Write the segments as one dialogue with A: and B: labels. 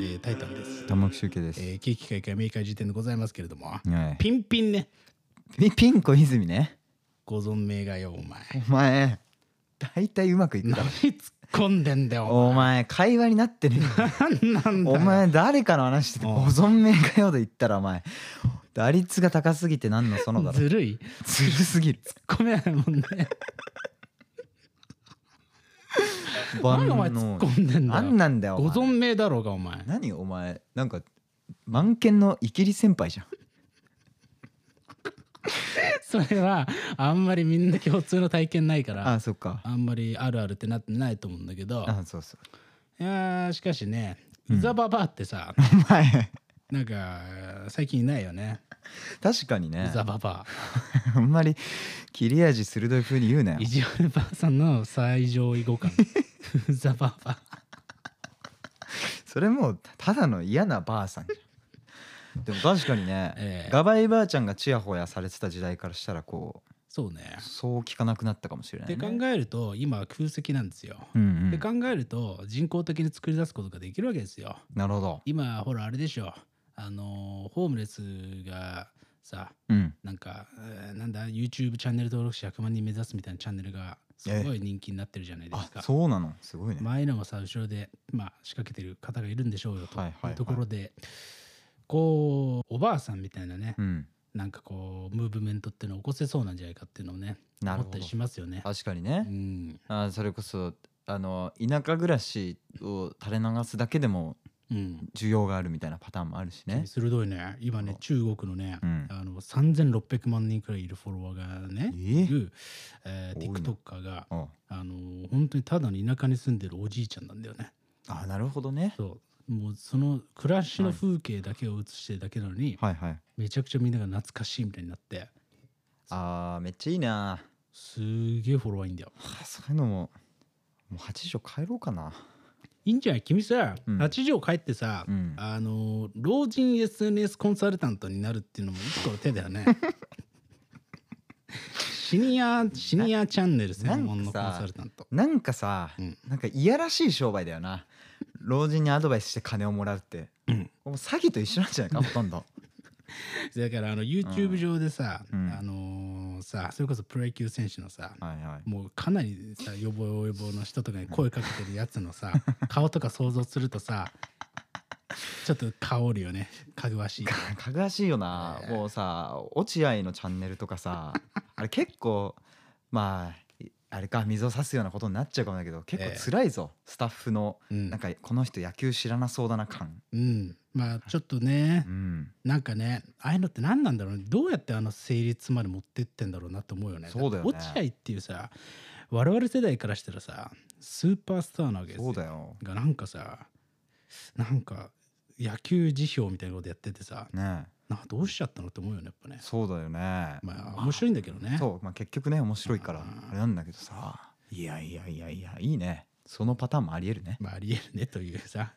A: えー、タイトルです。
B: 玉木周家です。
A: えー、景気開会明快時点でございますけれども、
B: はい
A: ピンピンね、
B: ピピンコ泉ね。
A: ご存命がよ、お前。
B: お前、大体うまくいった
A: 何
B: ろ。
A: 突っ込んでんだよ。
B: お前、会話になってねえよ。
A: 何なんだよ
B: お前、誰かの話してて、
A: うん
B: ご存命かよと言ったら、お前、打率が高すぎて何のそのだろ。
A: ずるい。
B: ずるすぎる。
A: ごめんもんね。
B: 万
A: 何お前突っ込んでんだ
B: 何
A: よ。
B: なんだよ。お
A: ご
B: 前
A: 存命だろうが、お前。
B: 何お前、なんか、満研のイキリ先輩じゃん。
A: それは、あんまりみんな共通の体験ないから、
B: あ、そっか。
A: あんまりあるあるってなってないと思うんだけど、
B: あ、そうそう。
A: いやーしかしね、
B: うん
A: うざばばってさ、
B: お前、
A: なんか、最近いないよね。
B: 確かにね
A: う。ざばば。
B: あんまり切れ味鋭い風に言うなよ
A: イ。ジオルばあさんの最上位互換 うざばば
B: それもうただの嫌なばあさんじゃ ん。でも確かにね、
A: ええ
B: ガバイばあちゃんがチヤホヤされてた時代からしたらこ
A: そうね
B: うそう聞かなくなったかもしれない、
A: で
B: ね。
A: 考えると今は空席なんですよ、
B: うんう
A: で
B: ん
A: 考えると人工的に作り出すことができるわけですよ
B: なるほど。
A: 今ほらあれでしょあのホームレスがさ
B: うん。
A: なんか、えーなんだ YouTube チャンネル登録者100万人目指すみたいなチャンネルがすごい人気になってるじゃないです
B: あ
A: か、
B: そうなのすごいね。
A: 前のもさ後ろで、まあ、仕掛けてる方がいるんでしょうよと
B: はいはいはい
A: いうところで、こうおばあさんみたいなね、
B: うん。
A: なんかこうムーブメントっていうのを起こせそうなんじゃないかっていうのをね
B: なる
A: 思っ
B: ほ
A: た
B: ど
A: り。しますよね。
B: 確かに
A: う
B: ね。
A: ん
B: あそれこそあの田舎暮らしを垂れ流すだけでも
A: うん、
B: 需要があるみたいなパターンもあるしね。
A: 鋭いね今ね中国のね、
B: うん
A: あの3600万人くらいいるフォロワーがね
B: え
A: い
B: ー、
A: る、えー、
B: 多いな
A: TikToker が
B: おう
A: あの本当にただの田舎に住んでるおじいちゃんなんだよね。
B: あなるほどね。
A: そうもうその暮らしの風景だけを映してるだけなのに、
B: はいはい。
A: めちゃくちゃみんなが懐かしいみたいになって
B: あーめっちゃいいな。
A: すげえフォロワーいいんだよ。
B: はあそういうのももう8畳帰ろうかな。
A: いいんじゃない君さ、
B: うん
A: 八畳帰ってさ、
B: うん
A: あの老人 SNS コンサルタントになるっていうのも一個の手だよ ね。シニアシニアチャンネル専門のコンサルタント。
B: なんかさ、
A: うん
B: なんかいやらしい商売だよな老人にアドバイスして金をもらうって、
A: うん
B: もう詐欺と一緒なんじゃないかほとんど
A: だからあの YouTube 上でさ、
B: うん
A: あのーさそれこそプロ野球選手のさ、
B: はいはい
A: もうかなりさ予防予防の人とかに声かけてるやつの さ顔とか想像するとさちょっと香るよねかぐわしい。
B: かぐわしいよな、
A: ねえ
B: もうさ落合のチャンネルと かさあれ結構まあいあれか水を差すようなことになっちゃうかもだけど結構辛いぞ、スタッフの
A: うん
B: なんかこの人野球知らなそうだな感
A: うん、まあちょっとね
B: う、ん、
A: なんかねああいうのって何なんだろうねどうやってあの成立まで持ってってんだろうなと思うよね
B: そうだよね
A: って落合っていうさ我々世代からしたらさスーパースターなわけです
B: そ
A: よ
B: うだよ
A: がなんかさなんか野球辞表みたいなことやっててさ
B: ね
A: なんかどうしちゃったのって思うよねやっぱね
B: えそうだよね
A: まあ面白いんだけどね
B: そう、まあ、結局ね面白いから
A: うん
B: あれなんだけどさいやいやいやいやいいねそのパターンもありえるね
A: まあありえるねというさ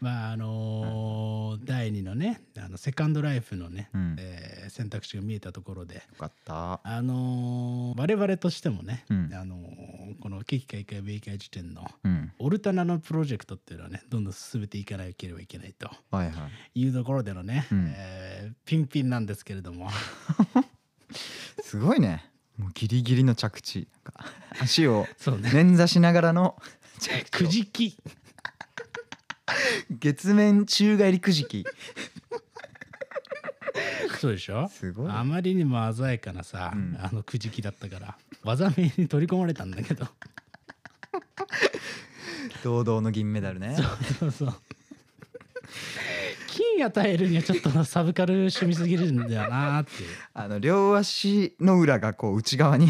A: まああのー第2のねあのセカンドライフのね、
B: うんよ
A: えー選択肢が見えたところで
B: かった
A: あのー我々としてもね、
B: うん
A: あのーこの「景気開会米会時点」の
B: うん
A: オルタナのプロジェクトっていうのはねどんどん進めていかなければいけないと
B: はいはい
A: いうところでのね、
B: うん
A: えーピンピンなんですけれども
B: すごいねもうギリギリの着地なんか足を
A: そう ね
B: 捻挫しながらの
A: くじき
B: 月面宙返りくじき
A: そうでしょ
B: すごい
A: あまりにも鮮やかなさ、
B: うん
A: あのくじきだったから技名に取り込まれたんだけど
B: 堂々の銀メダルね
A: そうそう 金与えるにはちょっとサブカル趣味すぎるんだよなーっていう。
B: あの両足の裏がこう内側に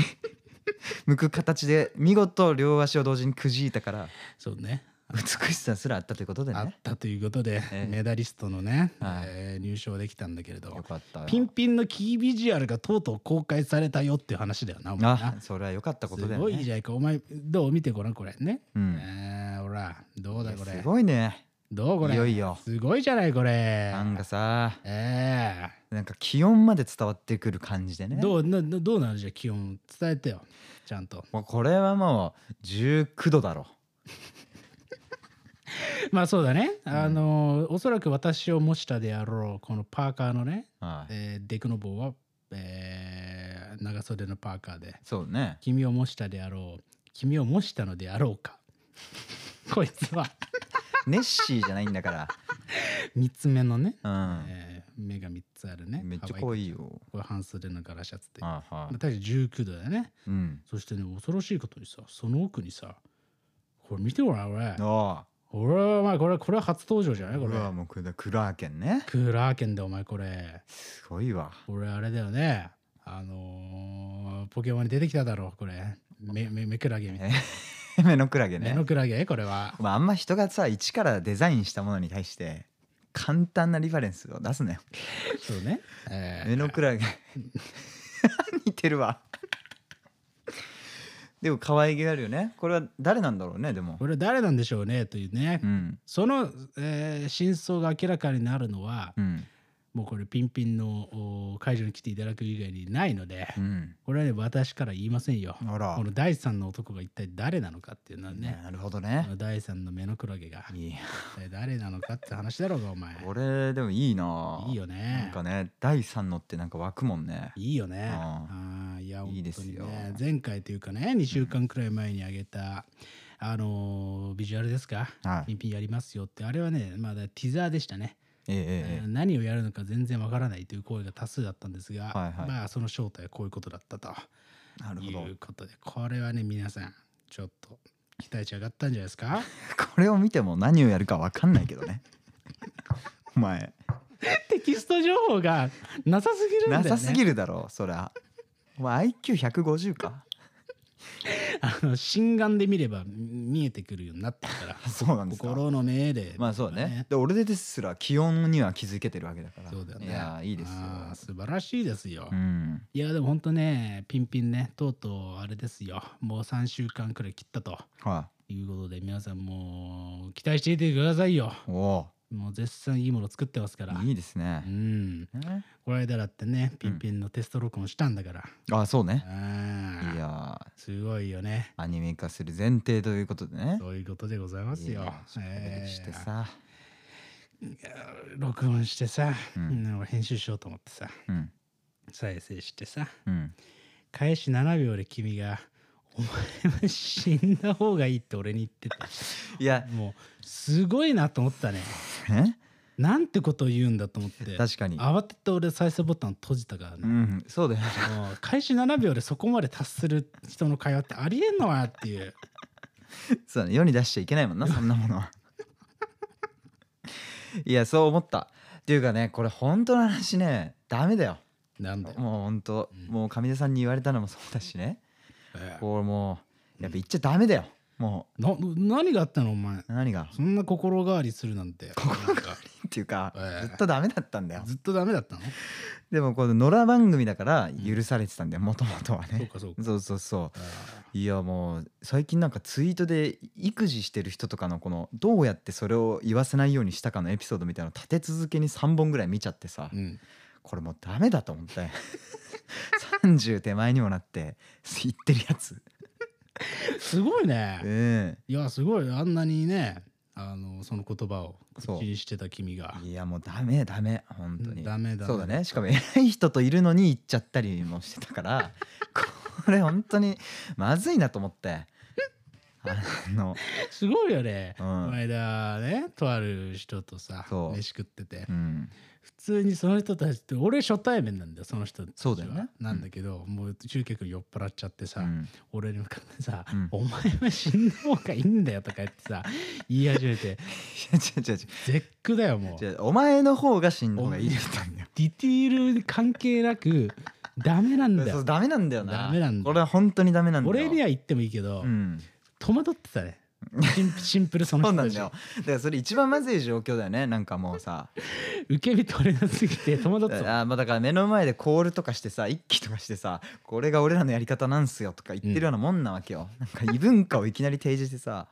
B: 向く形で見事両足を同時にくじいたから
A: そうね
B: 美しさすらあったということで
A: あっ
B: ね
A: たということで、
B: ええ
A: メダリストのね、
B: はい
A: えー入賞できたんだけれど
B: よかった
A: ピンピンのキービジュアルがとうとう公開されたよっていう話だよなお前
B: あ
A: な
B: それは良かったことだ
A: す
B: よ
A: ごい
B: ね
A: じゃないかお前どう見てごらんこれね、
B: うん
A: えーほらどうだ
B: いや
A: これ
B: すごいね
A: どうこれ
B: いよいよ
A: すごいじゃないこれ
B: なんかさ
A: え
B: なんか気温まで伝わってくる感じで
A: え
B: ね
A: どうななどうなのじゃあ気温伝えてよちゃんと
B: もうこれはもう19度だろ
A: まあそうだね。
B: ん
A: あの、おそらく私を模したであろう、このパーカーのね、
B: はい、
A: えーデクノボーは、えー長袖のパーカーで、
B: そうね
A: 君を模したであろう、君を模したのであろうか。 こいつは、
B: ネッシーじゃないんだか
A: 三つ目のね、
B: ら、
A: えー目が三つある
B: う
A: ね。
B: ん、めっちゃ
A: 可愛
B: 濃いよ
A: これ半袖の柄シャツで。
B: はいは
A: まあ、確か19度だよね。
B: いうん
A: そしてね、恐ろしいことにさ、その奥にさ、これ見てごらん、俺。
B: あ
A: 俺はまあ、これ、これは初登場じゃな
B: あ
A: いこ
B: こ
A: れ
B: れ。はもうクラクラーケンね
A: クーラーケンだ、お前、これ。
B: すごいわ
A: 俺、あれだよね。あのーポケモンに出てきただろ、これ。め、め、めくらげみたい
B: え目のクラゲ
A: な。目
B: ね
A: のくらげこれ は。
B: まああんま人がさ一からデザインしたものに対して簡単なリファレンスを出すなよ
A: そうね。えー
B: 目のクラゲ 似てるわでも可愛げあるよねこれは誰なんだろうねでも
A: これ誰なんでしょうね、というね。
B: うん
A: その、えー真相が明らかになるのは、
B: うん
A: もうこれ、ピンピンのお会場に来ていただく以外にないので、
B: うん
A: これはね、私から言いませんよ。
B: あら
A: この第三の男が一体誰なのかっていうのはね、
B: なるほど
A: こ
B: ね
A: の第三の目のクラゲが
B: いい
A: 一体誰なのかって話だろうが、お前。
B: これでもいいない
A: い
B: い
A: いよ
B: なん
A: ね。
B: かね第三のってなんか湧くもんね
A: いいよね。あ
B: あ
A: あーいや、
B: いいです
A: 本当に
B: よ
A: ね前回というかね、2週間くらい前にあげた、あのービジュアルですか、
B: はい
A: ピンピンやりますよって、あれはね、まだティザーでしたね。
B: えええええ
A: 何をやるのか全然わからないという声が多数だったんですが、
B: はいはい
A: まあ、その正体はこういうことだったと
B: えなる
A: い
B: ほど
A: うことで、これはね、皆さん、ちょっと期待値上がったんじゃないです か
B: これを見ても何をやるかわかんないけどね お前
A: テキスト情報がなさすぎるんだよ
B: な
A: ね。
B: さすぎ
A: る。
B: るだろそりゃお前 IQ150 か
A: あの、心眼で見れば見えてくるようになってるから。
B: そうなんですか
A: 心の目で。
B: まあそうだね。で俺ですら気温には気づけてるわけだから
A: そうだよね。
B: いやいいですよ
A: あー素晴らしいですよ。
B: うん
A: いやでも本当ね、ピンピンね、とうとうあれですよ。もう3週間くらい切ったと
B: は
A: いうことで、皆さんもう期待していてくださいよ。
B: いお
A: もう絶賛いいもの作ってますから。
B: おいいです
A: う
B: ね、
A: ん。
B: ね
A: この間だってね、ピンピンのテスト録音したんだから。
B: あそうね
A: ああ
B: いや
A: すごいよね。
B: アニメ化する前提ということでね
A: そういうことでございます
B: い
A: よ
B: や。それ
A: えー
B: してさ、
A: 録音してさ、
B: うん
A: うん俺編集しようと思ってさ、
B: うん
A: 再生してさ、
B: うん
A: 開始7秒で君が、お前は死んだ方がいいって俺に言ってて、
B: いや
A: もう、すごいなと思ったね。
B: え
A: なんてことを言うんだと思って、
B: 確かに
A: 慌てて俺再生ボタン閉じたから
B: う
A: ね。
B: んそうだよね
A: もう開始7秒でそこまで達する人の会話ってありえんのかなっていう。
B: そうだね世に出しちゃいけないもんなそんなものはいやそう思ったっていうかねこれ本当の話ねダメだよ
A: なんだよ。
B: もう本当、
A: うん
B: もう上出さんに言われたのもそうだしね
A: ええ
B: これもうやっぱ言っちゃダメだよも
A: な何があったのお前。
B: う何が
A: そんな心変わりするなんて。なんか
B: っていうか
A: ええ
B: ずっとダメだったんだよ
A: ずっとダメだったの
B: でもこの野良番組だから許されてたんだよもともとは
A: そう
B: ね
A: かそうか。
B: そうそうそう
A: あ
B: いやもう最近なんかツイートで育児してる人とかのこのどうやってそれを言わせないようにしたかのエピソードみたいなの立て続けに3本ぐらい見ちゃってさ
A: ーうん、
B: これもうダメだと思って 30手前にもなって言ってるやつ
A: すごいね。
B: え
A: いやすごいあんなにねあのその言葉を
B: そう
A: 口にしてた君が
B: え。いやもうダメダメ本当に
A: ダメだ
B: そうだねしかも偉い人といるのに行っちゃったりもしてたから これ本当にまずいなと思ってあの
A: すごいよね。
B: うん
A: この間ねとある人とさ
B: そう
A: 飯食ってて
B: うん
A: 普通にその人たちって俺初対面なんだよその人たちは
B: そうだよね
A: なんだけど、もう集客酔っ払っちゃってさ、
B: うん
A: 俺に向かってさ、
B: うん
A: お前は死んだ方がいいんだよ」とか言ってさ言い始めて
B: いや違う違う違う
A: 絶句だよもう。
B: じゃあお前の方が死んだ方がいいって言ったんだよ。
A: ディティール関係なくダメなんだ
B: そう
A: よ。
B: ダメなんだよな。
A: ダメなんだよ
B: これは本当にダメなんだよ。
A: 俺には言ってもいいけど、
B: うん。
A: 戸惑ってたね。シンプシンプルその
B: そう
A: 人
B: な
A: た
B: ん
A: ち
B: だよ。だからそれ一番まずい状況だよね。なんかもうさ、
A: 受け身取れなすぎて戸惑
B: あ
A: ってた。
B: ーまあだから目の前でコールとかしてさ、一気とかしてさ、これが俺らのやり 方なんすよとか言ってるようなもんなわけよ。なんか異文化をいきなり提示してさ、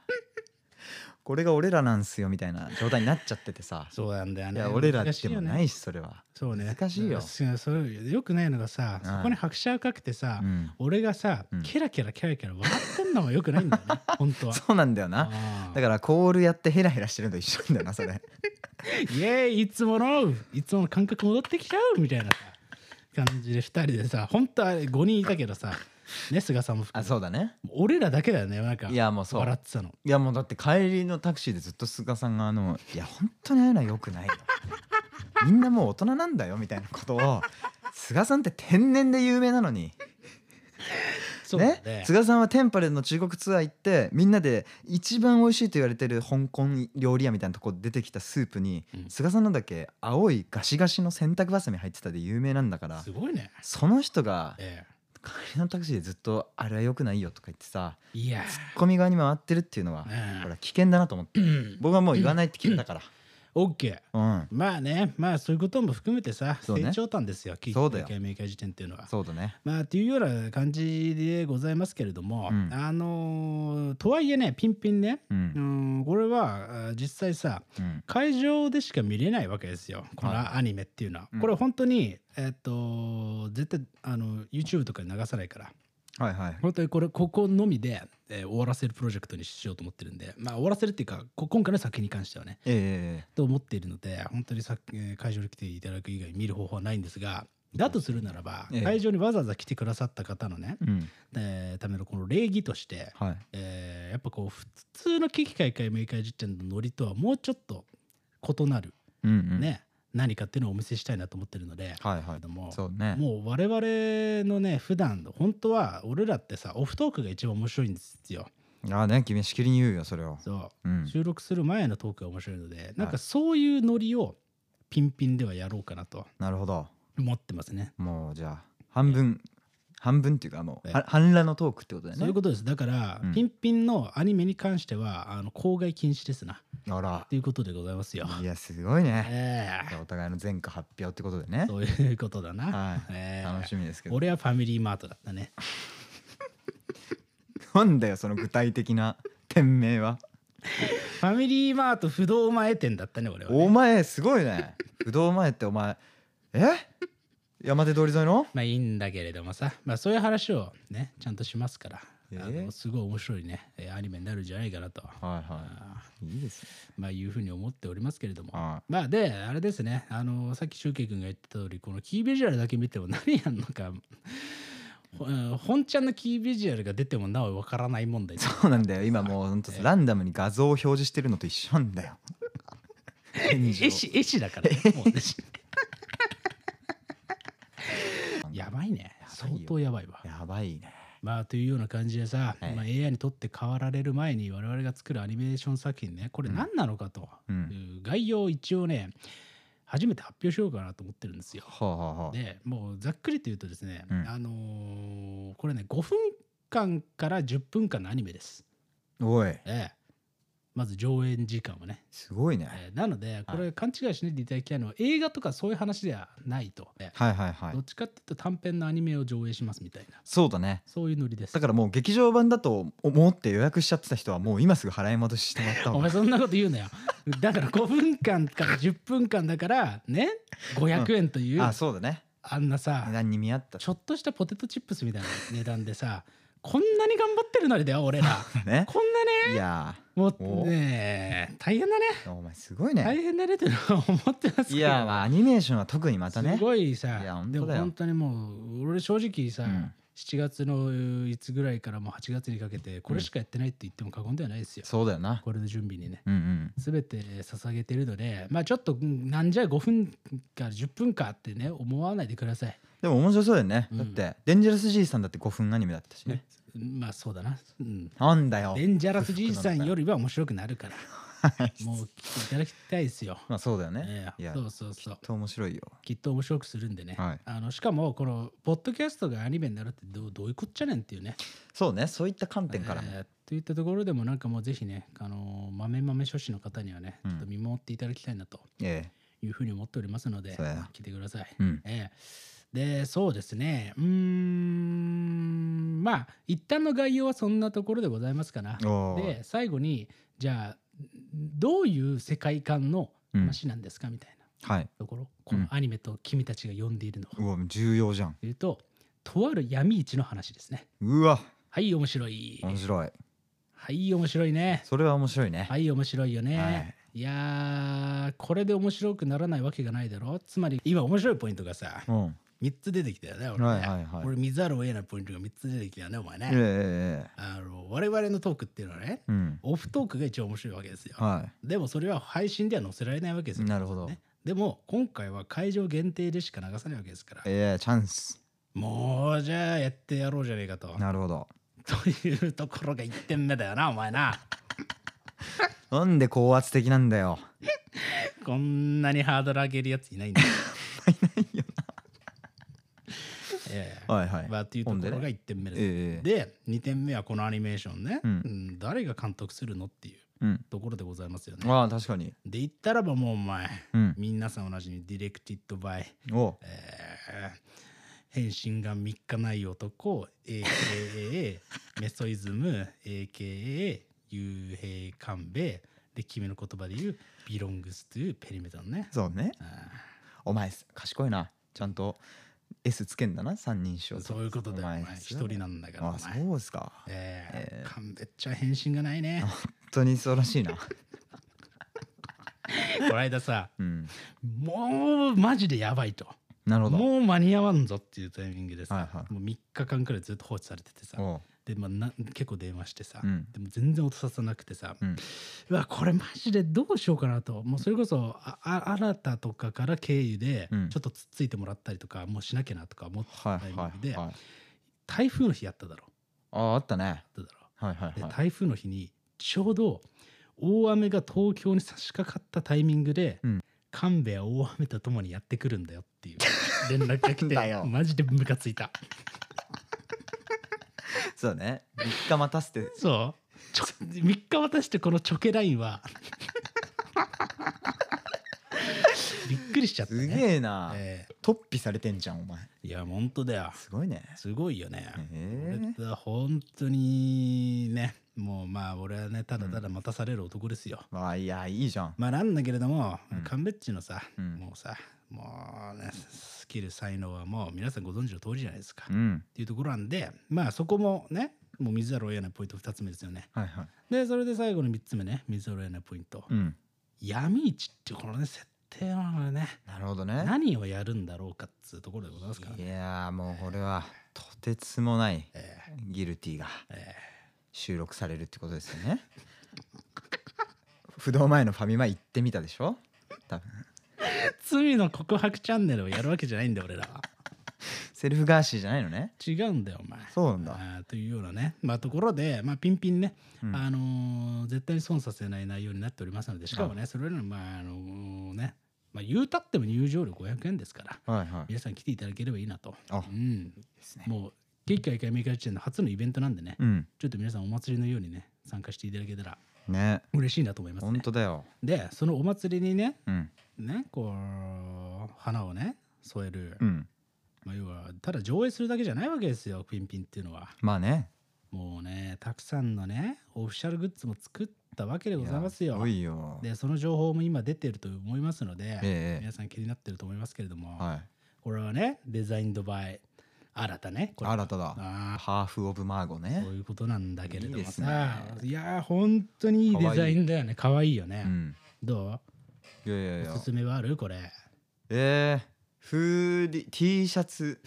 B: これが俺らなんすよみたいな状態になっちゃっててさ
A: そうなんだよ
B: い
A: ね
B: や俺ら
A: 難
B: でも
A: しいよね
B: ないしそれは
A: そうね
B: 難しいよ
A: そうそれよくないのがさ
B: うん
A: そこに拍車をかけてさ、
B: うん
A: 俺がさ、
B: うん
A: ケラケラケラケラ笑ってんのはよくないんだよ ね本当は
B: そうなんだよな
A: あー
B: だからコールやってヘラヘラしてるのと一緒なんだよなそれ
A: イエーイいつものいつもの感覚戻ってきちゃうみたいなさ感じで2人でさ本当は5人いたけどさね菅さんも含
B: あ
A: め
B: そうだね
A: 俺らだけだよねなんか
B: いやもうそう
A: 笑ってたの
B: いやもうだって帰りのタクシーでずっと菅さんがあの「いや本当にああいうの はよくないよ」みんなもう大人なんだよみたいなことを菅さんって天然で有名なのに
A: そうだ
B: ね
A: ね
B: 菅さんはテンパレの中国ツアー行ってみんなで一番美味しいと言われてる香港料理屋みたいなとこ出てきたスープに、
A: うん
B: 菅さんのだけ青いガシガシの洗濯バサミ入ってたで有名なんだから
A: すごいね
B: その人が
A: え
B: 帰りのタクシーでずっと「あれは良くないよ」とか言ってさ
A: えいや
B: ツッコミ側に回ってるっていうのは
A: うん
B: ほら危険だなと思って僕はもう言わないって決めたから
A: オッケー
B: うん
A: まあねまあそういうことも含めてさ、
B: そうね
A: 成長端ですよ企
B: そ
A: 業
B: うだよ
A: 会メーカー時点っていうのは。
B: そうだね
A: まあっていうような感じでございますけれども、
B: うん
A: あのーとはいえねピンピンね、
B: う
A: うんん、これはあー実際さ
B: うん
A: 会場でしか見れないわけですよこ
B: はい
A: のアニメっていうのは、
B: うん
A: これ本当にえっと絶対あの YouTube とかに流さないから
B: はいはい
A: 本当にこれここのみで、えー終わらせるプロジェクトにしようと思ってるんでまあ終わらせるっていうかこ今回の作品に関してはね
B: ええ
A: と思っているので本当にさ、えー会場に来ていただく以外見る方法はないんですがだとするならば、
B: ええ
A: 会場にわざわざ来てくださった方のね、
B: うん
A: えーためのこの礼儀として、
B: はい
A: えーやっぱこう普通の危機開会明会実店のノリとはもうちょっと異なる、
B: うんうん
A: ね何かっていうのをお見せしたいなと思ってるので、
B: はいは
A: けども
B: いそうね
A: もう我々のね普段本当は俺らってさオフトークが一番面白いんですよ。
B: ああね君はしきりに言うよそれを
A: そう
B: うん
A: 収録する前のトークが面白いのでなんかそういうノリをピンピンではやろうかなと
B: なるほど
A: 思ってますね。
B: もうじゃあ半分半分っていうかもう
A: ええ
B: は半裸のトークってことだよね
A: そういうことですだから、
B: うん
A: ピンピンのアニメに関してはあの公害禁止ですな
B: あら
A: ということでございますよ。
B: いやすごいね
A: え
B: じ
A: え
B: ゃあお互いの前科発表ってことでね
A: そういうことだな。
B: は
A: ええ
B: い楽しみですけど
A: 俺はファミリーマートだったね。
B: なんだよその具体的な店名は
A: ファミリーマート不動前店だったね俺はね、
B: お前すごいね不動前ってお前え山手通り沿いの
A: まあいいんだけれどもさ、まあ、そういう話をねちゃんとしますから、
B: ええ
A: あのすごい面白いねえーアニメになるんじゃないかなと、
B: はいは
A: あ
B: いいいですね
A: ーまあ、いうふうに思っておりますけれども。
B: は
A: まあであれですねあのさっきシュウケイ君が言った通りこのキービジュアルだけ見ても 何やんのかほうん本ちゃんのキービジュアルが出てもなおわからない問題
B: いそうなんだよ今もうほんと
A: ええ
B: ランダムに画像を表示してるのと一緒なんだよ天井
A: 絵師絵師だからねもうね やばいね
B: ばい
A: 相
B: よ
A: 当やばいわ
B: やばいね
A: まあというような感じでさ、
B: はい
A: まあ、AI にとって変わられる前に我々が作るアニメーション作品ねこれ何なのかと
B: う
A: い
B: ん
A: う概要を一応ね初めて発表しようかなと思ってるんですよ
B: はあはあはあ
A: でもうざっくりと言うとですね、
B: うん
A: あのーこれね5分間から10分間のアニメです、
B: おい
A: ええ、まず上演時間はね、
B: すごいね
A: ええなのでこれ勘違いしないでいただきたいのは映画とかそういう話ではないと、ええ
B: はいはいはい
A: どっちかっていうと短編のアニメを上映しますみたいな
B: そうだね
A: そういうノリです
B: だからもう劇場版だと思って予約しちゃってた人はもう今すぐ払い戻ししてもらった
A: お
B: 方が
A: 前そんなこと言うなよだから5分間から10分間だからね500円という、
B: あそうだね
A: あんなさ
B: 値段に見合った
A: ちょっとしたポテトチップスみたいな値段でさこんなに頑張ってるのにだよ俺 ら
B: ね
A: こんなね
B: いや
A: も
B: お
A: うねえ大変だね
B: ーお前すごいね
A: 大変だねってのは思ってますけど
B: いやまあアニメーションは特にまたね
A: すごいさ
B: いや本
A: で
B: 当
A: も
B: だよ
A: 本当にもう俺正直さ、
B: うん
A: 7月のいつぐらいからもう8月にかけてこれしかやってないって言っても過言ではないですよ、
B: そうだよな
A: これの準備にね
B: うんうん
A: 全て捧げてるのでまあちょっとうんなんじゃ5分か10分かってね思わないでください
B: でも面白そうだよね、
A: うん
B: だってデンジャラス G さんだって5分アニメだったしね
A: まあそうだな、うん、
B: なんだよ
A: デンジャラスじいさんよりは面白くなるから もう聞いていただきたいですよ、
B: まあそうだよね
A: ええ
B: いや
A: そうそうそう
B: と面白いよ
A: きっと面白くするんでね、
B: はい
A: あのしかもこのポッドキャストがアニメになるってどうどういうこっちゃねんっていうね
B: そうねそういった観点からも、
A: えーといったところでもなんかもうぜひねあのー豆豆書士の方にはね、
B: うん
A: ちょっと見守っていただきたいなと
B: え
A: いうふうに思っておりますので
B: そうや
A: 来てください、
B: えうん
A: ええでそうですねうーんまあ一旦の概要はそんなところでございますかな
B: おー
A: で最後にじゃあどういう世界観の
B: うん
A: 話なんですかみたいな
B: はい
A: ところこ
B: うん
A: のアニメと君たちが呼んでいるのは、
B: うわ重要じゃん
A: というととある闇市の話ですね
B: うわ
A: はい面白い
B: 面白い
A: はい面白いね
B: それは面白いね、
A: はい面白いよね、
B: はい
A: い、やーこれで面白くならないわけがないだろつまり今面白いポイントがさ
B: うん
A: 3つ出てきたよね俺ね、
B: はいはいはい
A: 俺見ざるを得ないポイントが3つ出てきたよねお前ね、
B: ええええ
A: あの我々のトークっていうのはね
B: えうん
A: オフトークが一応面白いわけですよ、
B: は
A: でもそれは配信では載せられないわけです
B: い
A: よ、
B: なるほど、
A: ねでも今回は会場限定でしか流さないわけですから
B: ええチャンス
A: もうじゃあやってやろうじゃねえかと
B: なるほど
A: というところが1点目だよなお前な
B: なんで高圧的なんだよ
A: こんなにハードル上げるやついないんだ よいないよなええ
B: はいはい、
A: まあというところが1点目です、
B: ええ
A: で2点目はこのアニメーションね、
B: うん
A: うん誰が監督するのっていう
B: うん
A: ところでございますよね
B: ああ確かに
A: で言ったらばもうお前
B: うん
A: 皆さんおなじみディレクティッドバイ、
B: お
A: えー変身が3日ない男 AKA メソイズム AKA 幽閉勘兵衛で君の言葉で言う「belongs to ペリメタのね
B: そうね
A: あ
B: お前賢いなちゃんと S つけんだな三人称
A: ーそういうことだよお前一人なんだからお
B: ああ
A: 前
B: そうですか
A: え
B: え
A: ー、
B: ー
A: 勘兵衛ちゃん変身がないね
B: 本当にそうらしいな
A: この間さ
B: うん
A: もうマジでやばいと
B: なるほど
A: もう間に合わんぞっていうタイミングでさ、
B: はいはい
A: もう3日間くらいずっと放置されててさ
B: おう
A: で、まあ、な結構電話してさ、
B: うん
A: でも全然落とささなくてさ、
B: うん
A: うわこれマジでどうしようかなともうそれこそああ新たとかから経由で
B: うん
A: ちょっとつっついてもらったりとかもうしなきゃなとか思って
B: はい
A: タイミング
B: はい
A: で
B: はい
A: 台風の日やっただろ
B: あああったね
A: やっただろ
B: はいはい
A: で
B: はい
A: 台風の日にちょうど大雨が東京に差し掛かったタイミングで、
B: うん
A: 神戸は大雨とともにやってくるんだよっていう連絡が 来
B: だ
A: て
B: よ
A: マジでムカついた
B: そうね3日待たせて
A: そうちょ3日渡してこのチョケライン はびっくりしちゃった
B: す
A: ね
B: げえな
A: え
B: 突飛されてんじゃんお前
A: えいや本当だよ
B: すごいね
A: すごいよね、
B: ええ
A: 俺は本当にねもうまあ俺はねただただ待たされる男ですよ、
B: まあいやいいじゃん
A: まあなんだけれども、
B: うん
A: カンベッチのさ、
B: うん
A: もうさもうねスキル才能はもう皆さんご存知の通りじゃないですか、
B: う
A: っ
B: ん
A: ていうところなんでまあそこもねもう見ざるを得ないポイント2つ目ですよね
B: はいはい
A: でそれで最後の3つ目ね見ざるを得ないポイント、
B: うん
A: 闇市ってこのね設定なのね
B: なるほどね
A: 何をやるんだろうかっつうところでございますから
B: い
A: ね、
B: やーもうこれはとてつもない
A: えー
B: ギルティが
A: え
B: 収録されるってことですよね不動前のファミマ行ってみたでしょ多分
A: ー罪の告白チャンネルをやるわけじゃないんだよ俺らは
B: セルフガーシーじゃないのね
A: 違うんだよお前
B: そうなんだ
A: あーというようなね、まあ、ところで、まあ、ピンピンね、
B: うん
A: あのー絶対に損させない内容になっておりますのでしかもねそれらのまああのーね、まあ、言うたっても入場料500円ですから
B: はいはい
A: 皆さん来ていただければいいなと、
B: あ
A: うん、
B: ですね
A: もう月下一回メーカー地点の初のイベントなんでね、
B: うん
A: ちょっと皆さんお祭りのようにね参加していただけたら
B: ね
A: 嬉しいなと思います、
B: 本
A: ね、
B: 当だよ
A: でそのお祭りにね
B: うん
A: ねこう花をね添える、
B: うん
A: まあ、要はただ上映するだけじゃないわけですよピンピンっていうのは
B: まあね
A: もうねたくさんのねオフィシャルグッズも作ったわけでございます
B: や
A: よ
B: ごいよ
A: でその情報も今出てると思いますので、
B: ええ
A: 皆さん気になってると思いますけれども、
B: はい
A: これはねデザインドバイ新たねこれ
B: 新ただ
A: あ
B: ハーフ・オブ・マーゴ
A: ー
B: ね
A: そういうことなんだけれど
B: いい
A: も
B: で
A: さ
B: すね
A: いやー本当にいいデザインだよね可愛いいよね、
B: うん
A: どう
B: いやいやいや
A: おすすめはあるこれ
B: えー、フーディ T シャツ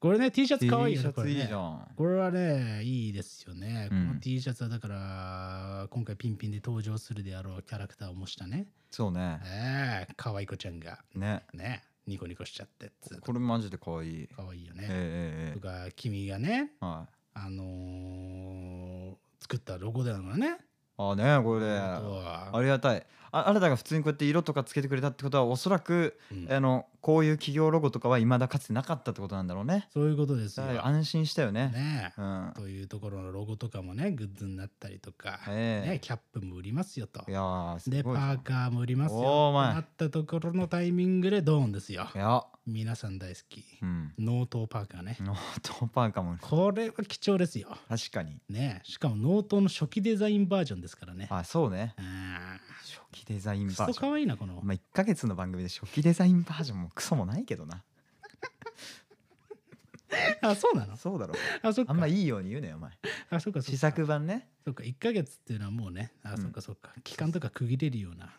A: これね T シャツ
B: T シ
A: かわいいよね
B: ャ
A: こ
B: ツ
A: れ
B: いい
A: ね
B: じゃん
A: これはねいいですよね、
B: うん
A: この T シャツはだから今回ピンピンで登場するであろうキャラクターを模したね
B: そうね
A: ええかわいこちゃんが
B: ね
A: ねニコニコしちゃってっつう
B: これマジで可愛い
A: かわいいよ
B: え
A: ね、
B: ええええ
A: とか君がね
B: えはい
A: あのー作ったロゴだよね
B: あああねこれあ
A: あ
B: りがたいああなたが普通にこうやって色とかつけてくれたってことはおそらく、
A: うん
B: あのこういう企業ロゴとかは未だかつてなかったってことなんだろうね
A: そういうことです
B: だ
A: よ。
B: から安心したよね
A: ねえ
B: うん
A: というところのロゴとかもねグッズになったりとか、
B: ええ
A: ね、キャップも売りますよと
B: い。やーすごい
A: でパーカーも売りますよ
B: おーお前
A: なったところのタイミングでドーンですよ。
B: いや
A: 皆さん大好き。
B: うん
A: ノートパーカーね。
B: ノートパーカーも
A: これは貴重ですよ。
B: 確かに
A: ねえしかもノートの初期デザインバージョンですからね。
B: あそうね
A: あ
B: 初期デザイ
A: ー
B: ンバ
A: くそ
B: ージョン
A: 可愛いなこの。
B: まあ1ヶ月の番組で初期デザインバージョンもクソもないけどな
A: あそうなの
B: そうだろ
A: あそっか
B: あんまいいように言うねお前
A: あそっかそっか
B: 試作版ね
A: そっか1ヶ月っていうのはもうねあ
B: うん
A: そっかそっか期間とか区切れるような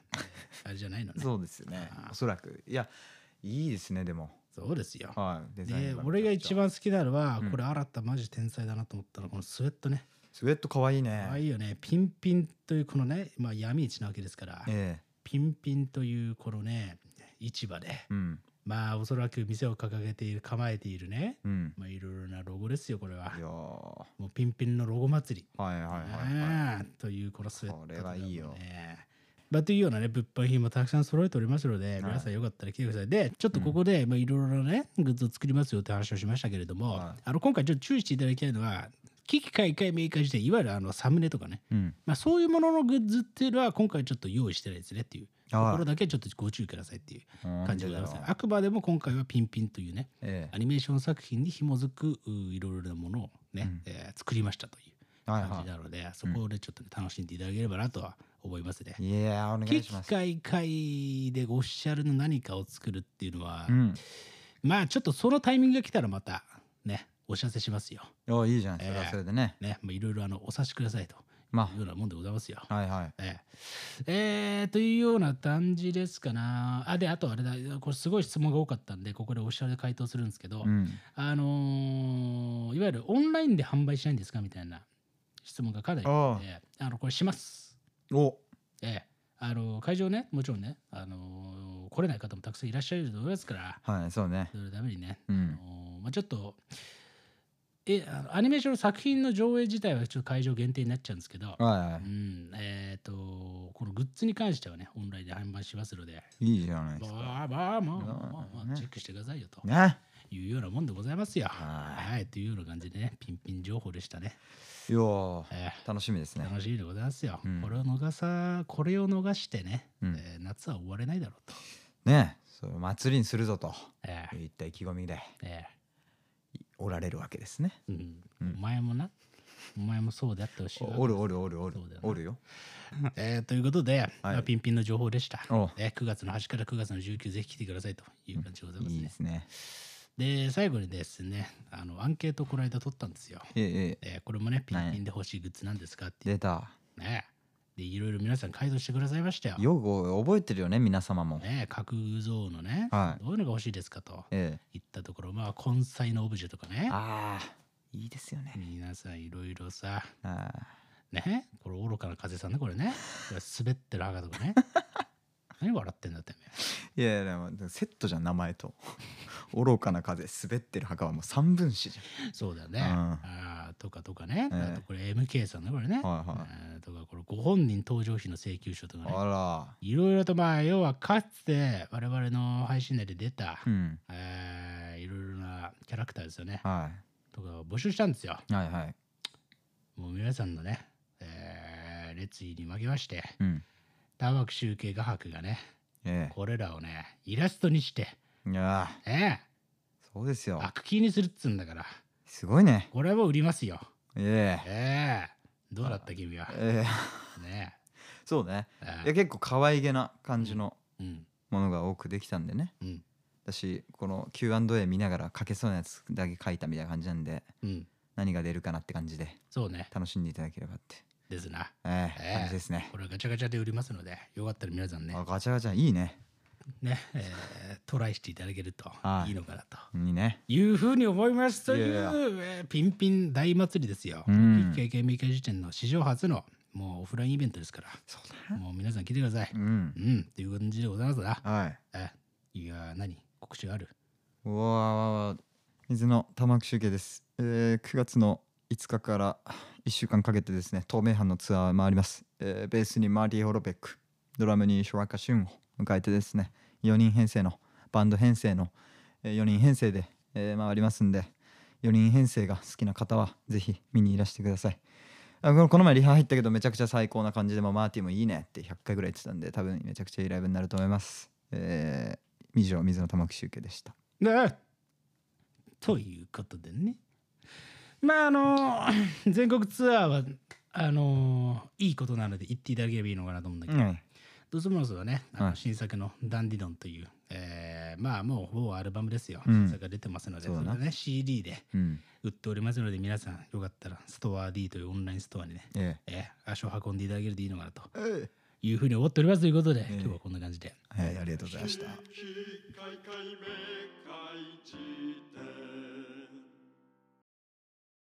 A: あれじゃないのね
B: そうですよね
A: あー
B: おそらくいやいいですねでも
A: そうですよ
B: はいデザイン
A: で
B: 版
A: 俺が一番好きなのは、
B: うん
A: これ新たマジ天才だなと思ったのはこのスウェットね
B: スウェット可愛い
A: あ
B: ね
A: あいいよねピンピンというこのね、まあ、闇市なわけですから、
B: え
A: ピンピンというこのね市場で
B: えうん
A: まあおそらく店を掲げている構えているね
B: うん
A: まあいろいろなロゴですよこれはい
B: やーは
A: もうピンピンのロゴ祭り
B: いはいはいはい
A: ああというこのスウェットとかもね
B: これはいいよ
A: まあ、というようなね物販品もたくさん揃えておりますので、
B: い
A: 皆さんよかったら来てくださいでちょっとここでまあいろいろなねグッズを作りますよって話をしましたけれども、
B: はい
A: あの今回ちょっと注意していただきたいのは機器買い替えメーカー自体いわゆるあのサムネとかね、
B: うん
A: まあ、そういうもののグッズっていうのは今回ちょっと用意してないですねっていうと
B: はい
A: ころだけちょっとご注意くださいっていう
B: なん
A: 感
B: で
A: じでご
B: だ
A: ざい
B: ろ
A: ま
B: う
A: すあくまでも今回はピンピンというね
B: え
A: アニメーション作品に紐づくういろいろなものをね、
B: うん
A: えー作りましたという
B: えはい
A: 感
B: は
A: じなので、そこでちょっとね、楽しんでいただければなとは思いますね。
B: いいやーお願い
A: 機
B: します
A: 械会でオフィシャルの何かを作るっていうのは、
B: うん
A: まあちょっとそのタイミングが来たらまたねお知らせしますよ。
B: おいいじゃんそれはそれでね
A: ねまあいろいろあのお察しくださいと
B: ま
A: いうようなもんでございますよ。
B: あはいはい
A: えええーというような感じですかな。あであとあれだこれすごい質問が多かったんでここでオフィシャルで回答するんですけど、
B: うん
A: あのーいわゆるオンラインで販売しないんですかみたいな質問がかなりあってあのこれします。
B: お
A: ええ、あの会場ねもちろんね、あの来れない方もたくさんいらっしゃると思いますから
B: はいそうね
A: そのためにね、
B: う
A: あ
B: ん
A: のまあ、ちょっとえあのアニメーションの作品の上映自体はちょっと会場限定になっちゃうんですけど、
B: はいは
A: うんえー、とこのグッズに関してはねオンラインで販売しますので
B: いいいじゃないですか
A: まあまあまあまあまあ
B: ね
A: チェックしてくださいよと
B: ね
A: いうようなもんでございますよ。
B: はい
A: はいというような感じでねピンピン情報でしたね。
B: いやー
A: ええ
B: 楽しみですね
A: 楽しみでございますよ、
B: うん
A: これを逃さこれを逃してね、
B: うん
A: えー夏は終われないだろうと、
B: ねそれを祭りにするぞと
A: えー
B: いった意気込みで
A: え
B: おられるわけですね
A: ーうん
B: うん
A: お前もなお前もそうであってほしいわ
B: おおるおるおるおる
A: そうだよね
B: おるよ
A: えーということで、まあピンピンの情報でした、
B: お
A: えー9月の端から9月の19ぜひ来てくださいという感じでございます
B: いいで
A: ね、
B: すね
A: で最後にですねあのアンケートをこの間取ったんですよ、
B: えええ
A: えーこれもねピンピンで欲しいグッズなんですかって
B: え
A: いう
B: 出た
A: ねでいろいろ皆さん回答してくださいましたよ、
B: 用語覚えてるよね皆様も
A: ね、角像のね、
B: はい
A: どういうのが欲しいですかと
B: え
A: いったところまあ根菜のオブジェとかね
B: えああいいですよね
A: 皆さんいろいろさ
B: あ
A: ねこれ愚かな風さんねこれねこれ滑ってる墓とか ね何笑ってんだって
B: ーいやいやでもセットじゃん名前と 愚かな風滑ってる墓はもう三分子じ
A: そうだね、
B: うん
A: あーとかとかね、
B: ええ
A: あとこれ MK さんねこれね、
B: ゃんはいは
A: あーとかこれご本人登場費の請求書とか
B: い
A: ね
B: あ
A: いろいろとまあ要はかつて我々の配信内で出た、
B: らうん
A: えーいろいろなキャラクターですよね
B: は
A: とかを募集したんですよ
B: いはいはい
A: もう皆さんのね、えー熱意に負けまして
B: うん
A: 多枠集計画伯がね
B: え
A: これらをねイラストにして
B: えいやあ
A: ええ
B: そうですよ
A: 悪気にするっつうんだから
B: すごいね
A: これはもう売りますよ
B: ええ
A: ええどうだった君は
B: ええ
A: ね
B: そうね
A: え
B: いや結構可愛げな感じの
A: うん
B: ものが多くできたんでね
A: うん
B: だしこの Q&A 見ながら書けそうなやつだけ書いたみたいな感じなんで
A: うん
B: 何が出るかなって感じで
A: そうね
B: 楽しんでいただければって
A: ですな
B: ええ
A: ええ
B: 感じですね
A: これガチャガチャで売りますのでよかったら皆さんね
B: あガチャガチャいいね
A: ね、ええトライしていただけると
B: はい
A: いいのかなと
B: いいね
A: いうふうに思いますという、
B: いやい
A: えーピンピン大祭りですよ。
B: うん
A: 経験未開時点の史上初のもうオフラインイベントですから、
B: そうだ
A: もう皆さん来てください。
B: うん
A: うん、という感じでございますな。
B: はい
A: えいやー、何告知がある
B: うわわわわ水の玉木集計ですえー9月の5日から1週間かけてですね透明版のツアーを回ります、えーベースにマーティ・ホロペックドラムにショラカ・シュンを迎えてですね4人編成のバンド編成の、え4人編成で、えー回りますんで4人編成が好きな方はぜひ見にいらしてくださいあここの前リハ入ったけどめちゃくちゃ最高な感じでもうマーティもいいねって100回ぐらい言ってたんで多分めちゃくちゃいいライブになると思います、えー以上水の玉木集計でした
A: ねということでねまああの 全国ツアーはあのいいことなので行っていただければいいのかなと思うんだけ
B: う
A: ど、
B: ん
A: ドスモノスはねあの
B: はい
A: 新作の「ダンディドン」という、えーまあもう某アルバムですよ、
B: うん
A: 新作が出てますので
B: そうだな
A: れでね CD で
B: うん
A: 売っておりますので皆さんよかったらストア D というオンラインストアにね、
B: え
A: えー足を運んでいただけるといいのかなと
B: ええ
A: いうふうに思っておりますということで、
B: ええ
A: 今日はこんな感じで。
B: はいありがとうございました
C: 「ききかいかいめかいじ」